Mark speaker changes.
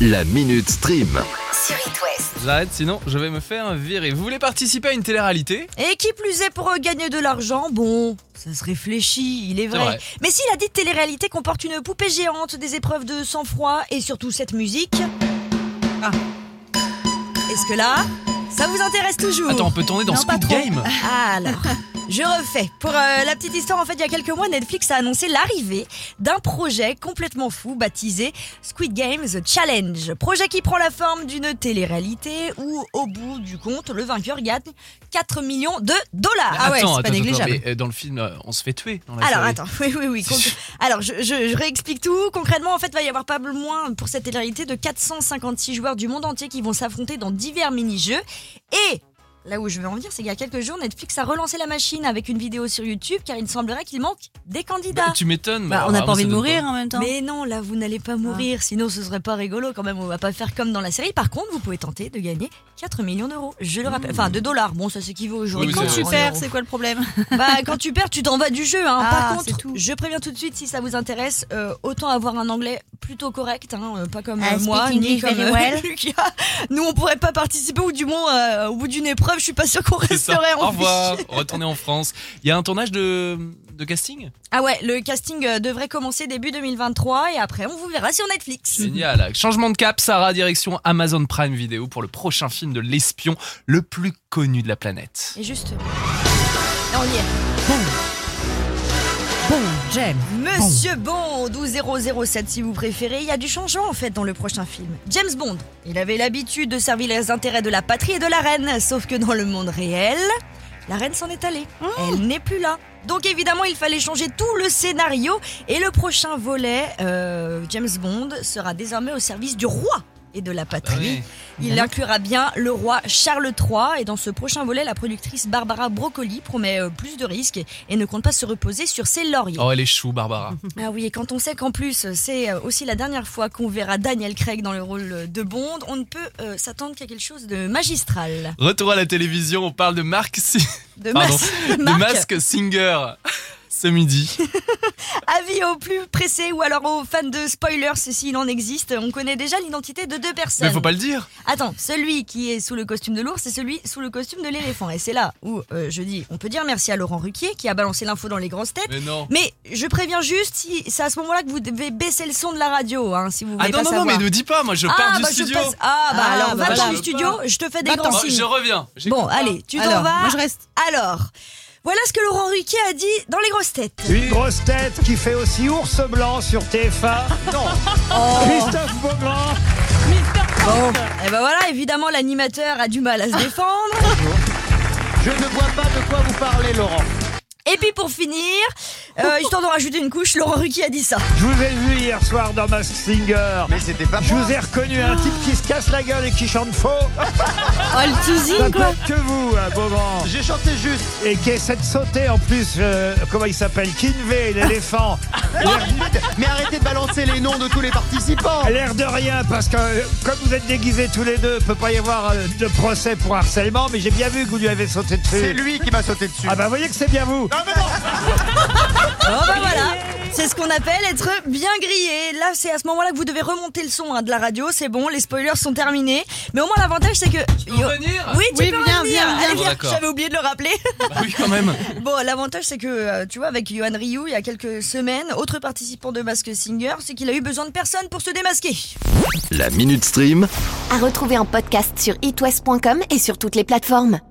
Speaker 1: La Minute Stream.
Speaker 2: sur It West.
Speaker 3: J'arrête, sinon je vais me faire virer. Vous voulez participer à une télé-réalité
Speaker 4: Et qui plus est pour gagner de l'argent, bon, ça se réfléchit, il est vrai.
Speaker 3: vrai.
Speaker 4: Mais si la dite télé-réalité comporte une poupée géante, des épreuves de sang-froid et surtout cette musique. Ah. Est-ce que là, ça vous intéresse toujours
Speaker 3: Attends, on peut tourner dans
Speaker 4: Non, pas
Speaker 3: Squid
Speaker 4: trop. Ah,
Speaker 3: Game
Speaker 4: Alors, je refais. Pour euh, la petite histoire, en fait, il y a quelques mois, Netflix a annoncé l'arrivée d'un projet complètement fou baptisé Squid Game The Challenge. Projet qui prend la forme d'une télé-réalité où, au bout du compte, le vainqueur gagne 4 millions de dollars. Ah
Speaker 3: Attends,
Speaker 4: ouais, c'est
Speaker 3: attends,
Speaker 4: pas
Speaker 3: attends,
Speaker 4: négligeable.
Speaker 3: mais, euh, dans le film, euh, on se fait tuer. Dans la
Speaker 4: Alors
Speaker 3: série.
Speaker 4: attends, oui oui oui. Conc- Alors je, je- je réexplique tout. Concrètement, en fait, il va y avoir pas moins pour cette télé-réalité de 456 joueurs du monde entier qui vont s'affronter dans divers mini-jeux. Et là où je veux en venir, c'est qu'il y a quelques jours, Netflix a relancé la machine avec une vidéo sur YouTube car il semblerait qu'il manque des
Speaker 3: Bah,
Speaker 4: candidats.
Speaker 3: tu Ah. m'étonnes.
Speaker 5: Bah,
Speaker 3: bah,
Speaker 5: on n'a
Speaker 3: vraiment,
Speaker 5: pas envie
Speaker 3: ça
Speaker 5: de
Speaker 3: donne
Speaker 5: mourir en même temps.
Speaker 4: Mais non, là vous n'allez pas mourir, sinon ce serait pas rigolo quand même, on va pas faire comme dans la série. Par contre, vous pouvez tenter de gagner 4 millions d'euros, je le rappelle. Enfin, de dollars, bon ça s'équivaut aujourd'hui.
Speaker 3: Oui,
Speaker 5: Quand
Speaker 3: oui,
Speaker 5: tu
Speaker 4: en
Speaker 5: perds,
Speaker 4: euros.
Speaker 5: c'est quoi le problème
Speaker 4: Bah, quand tu perds, tu t'en vas du jeu. Hein.
Speaker 5: Ah,
Speaker 4: Par contre,
Speaker 5: c'est tout.
Speaker 4: je préviens tout de suite si ça vous intéresse, euh, autant avoir un anglais plutôt correct, hein, euh, pas comme
Speaker 5: I
Speaker 4: euh, moi,
Speaker 5: speak
Speaker 4: ni
Speaker 5: Ah, English
Speaker 4: comme
Speaker 5: very
Speaker 4: euh,
Speaker 5: well.
Speaker 4: Lucas. Nous, on pourrait pas participer, ou du moins, euh, au bout d'une épreuve, je suis pas sûr qu'on
Speaker 3: pas. C'est ça.
Speaker 4: resterait en
Speaker 3: Au revoir,
Speaker 4: vie.
Speaker 3: retournez en France. Il y a un tournage de, de casting
Speaker 4: Ah ouais, le casting euh, devrait commencer début 2023 et après, on vous verra sur Netflix.
Speaker 3: Génial. Changement de cap, Sarah, direction Amazon Prime Video pour le prochain film de l'espion le plus connu de la planète.
Speaker 4: Et juste. Là, on y est.
Speaker 5: Bon, j'aime.
Speaker 4: Monsieur Bond, 12007 si vous préférez, il y a du changement en fait dans le prochain film. James Bond, il avait l'habitude de servir les intérêts de la patrie et de la reine, sauf que dans le monde réel, la reine s'en est allée. Elle n'est plus là. Donc évidemment, il fallait changer tout le scénario et le prochain volet, euh, James Bond, sera désormais au service du roi et de la patrie.
Speaker 3: Ah ouais.
Speaker 4: Il inclura bien le roi Charles III et dans ce prochain volet, la productrice Barbara Broccoli promet euh, plus de risques et- et ne compte pas se reposer sur ses lauriers.
Speaker 3: Oh, elle est chou, Barbara.
Speaker 4: Ah oui, et quand on sait qu'en plus, c'est euh, aussi la dernière fois qu'on verra Daniel Craig dans le rôle de Bond, on ne peut euh, s'attendre qu'à quelque chose de magistral.
Speaker 3: Retour à la télévision, on parle de Marc, Si-
Speaker 4: De,
Speaker 3: Pardon,
Speaker 4: mas- de
Speaker 3: de
Speaker 4: marque.
Speaker 3: Mask Singer ce midi.
Speaker 4: Avis aux plus pressés ou alors aux fans de spoilers, s'il en existe. On connaît déjà l'identité de deux personnes.
Speaker 3: Mais faut pas le dire.
Speaker 4: Attends, celui qui est sous le costume de l'ours et celui sous le costume de l'éléphant. Et c'est là où euh, je dis, on peut dire merci à Laurent Ruquier qui a balancé l'info dans les grosses têtes.
Speaker 3: Mais non.
Speaker 4: Mais je préviens juste, si c'est à ce moment-là que vous devez baisser le son de la radio, hein, si vous voulez
Speaker 3: Ah non,
Speaker 4: pas
Speaker 3: non, non,
Speaker 4: savoir.
Speaker 3: mais ne dis pas, moi je pars
Speaker 4: ah,
Speaker 3: du
Speaker 4: bah,
Speaker 3: studio.
Speaker 4: Je passe... Ah, bah
Speaker 5: Ah,
Speaker 4: alors,
Speaker 5: bah,
Speaker 4: va dans
Speaker 5: voilà.
Speaker 4: le studio, je te fais des
Speaker 5: Va-t'en.
Speaker 4: grands
Speaker 3: Oh,
Speaker 4: signes.
Speaker 3: je reviens.
Speaker 4: Bon,
Speaker 3: J'écoute pas.
Speaker 4: allez, tu t'en
Speaker 5: Alors,
Speaker 4: vas.
Speaker 5: moi je reste.
Speaker 4: Alors, voilà ce que Laurent Ruquier a dit dans Les Grosses Têtes.
Speaker 6: Une grosse tête qui fait aussi ours blanc sur TF1. Non. Oh. Christophe Beaugrand.
Speaker 4: Bon, et ben voilà, évidemment, l'animateur a du mal à se défendre.
Speaker 6: Je ne vois pas de quoi vous parlez, Laurent.
Speaker 4: Et puis pour finir, euh, histoire de rajouter une couche, Laurent Ruquier a dit ça.
Speaker 6: Je vous ai vu hier soir dans Mask Singer. Mais c'était pas Je vous ai reconnu un type qui se casse la gueule et qui chante faux.
Speaker 5: Oh, le
Speaker 6: Pas
Speaker 5: teasing, quoi
Speaker 6: pire que vous, à Beaugrand.
Speaker 7: J'ai chanté juste.
Speaker 6: Et qui essaie de sauter en plus. euh, comment il s'appelle Kinvey, l'éléphant.
Speaker 7: Mais arrêtez de balancer les noms de tous les participants.
Speaker 6: L'air de rien, parce que euh, comme vous êtes déguisés tous les deux, il peut pas y avoir euh, de procès pour harcèlement, mais j'ai bien vu que vous lui avez sauté dessus.
Speaker 7: C'est lui qui m'a sauté dessus.
Speaker 6: Ah bah voyez que c'est bien vous.
Speaker 4: Bon, ben voilà. C'est ce qu'on appelle être bien grillé. Là, c'est à ce moment-là que vous devez remonter le son hein, de la radio. C'est bon, les spoilers sont terminés. Mais au moins, l'avantage, c'est que.
Speaker 3: Tu veux revenir
Speaker 4: Oui, tu
Speaker 5: Oui,
Speaker 4: peux
Speaker 5: viens,
Speaker 4: revenir.
Speaker 5: viens, viens.
Speaker 4: Allez,
Speaker 3: Bon, d'accord.
Speaker 4: J'avais oublié de le rappeler.
Speaker 3: Bah oui, quand même.
Speaker 4: Bon, l'avantage, c'est que, euh, tu vois, avec Yohan Ryu, il y a quelques semaines, autre participant de Mask Singer, c'est qu'il a eu besoin de personne pour se démasquer.
Speaker 1: La Minute Stream.
Speaker 2: À retrouver en podcast sur itwest.com et sur toutes les plateformes.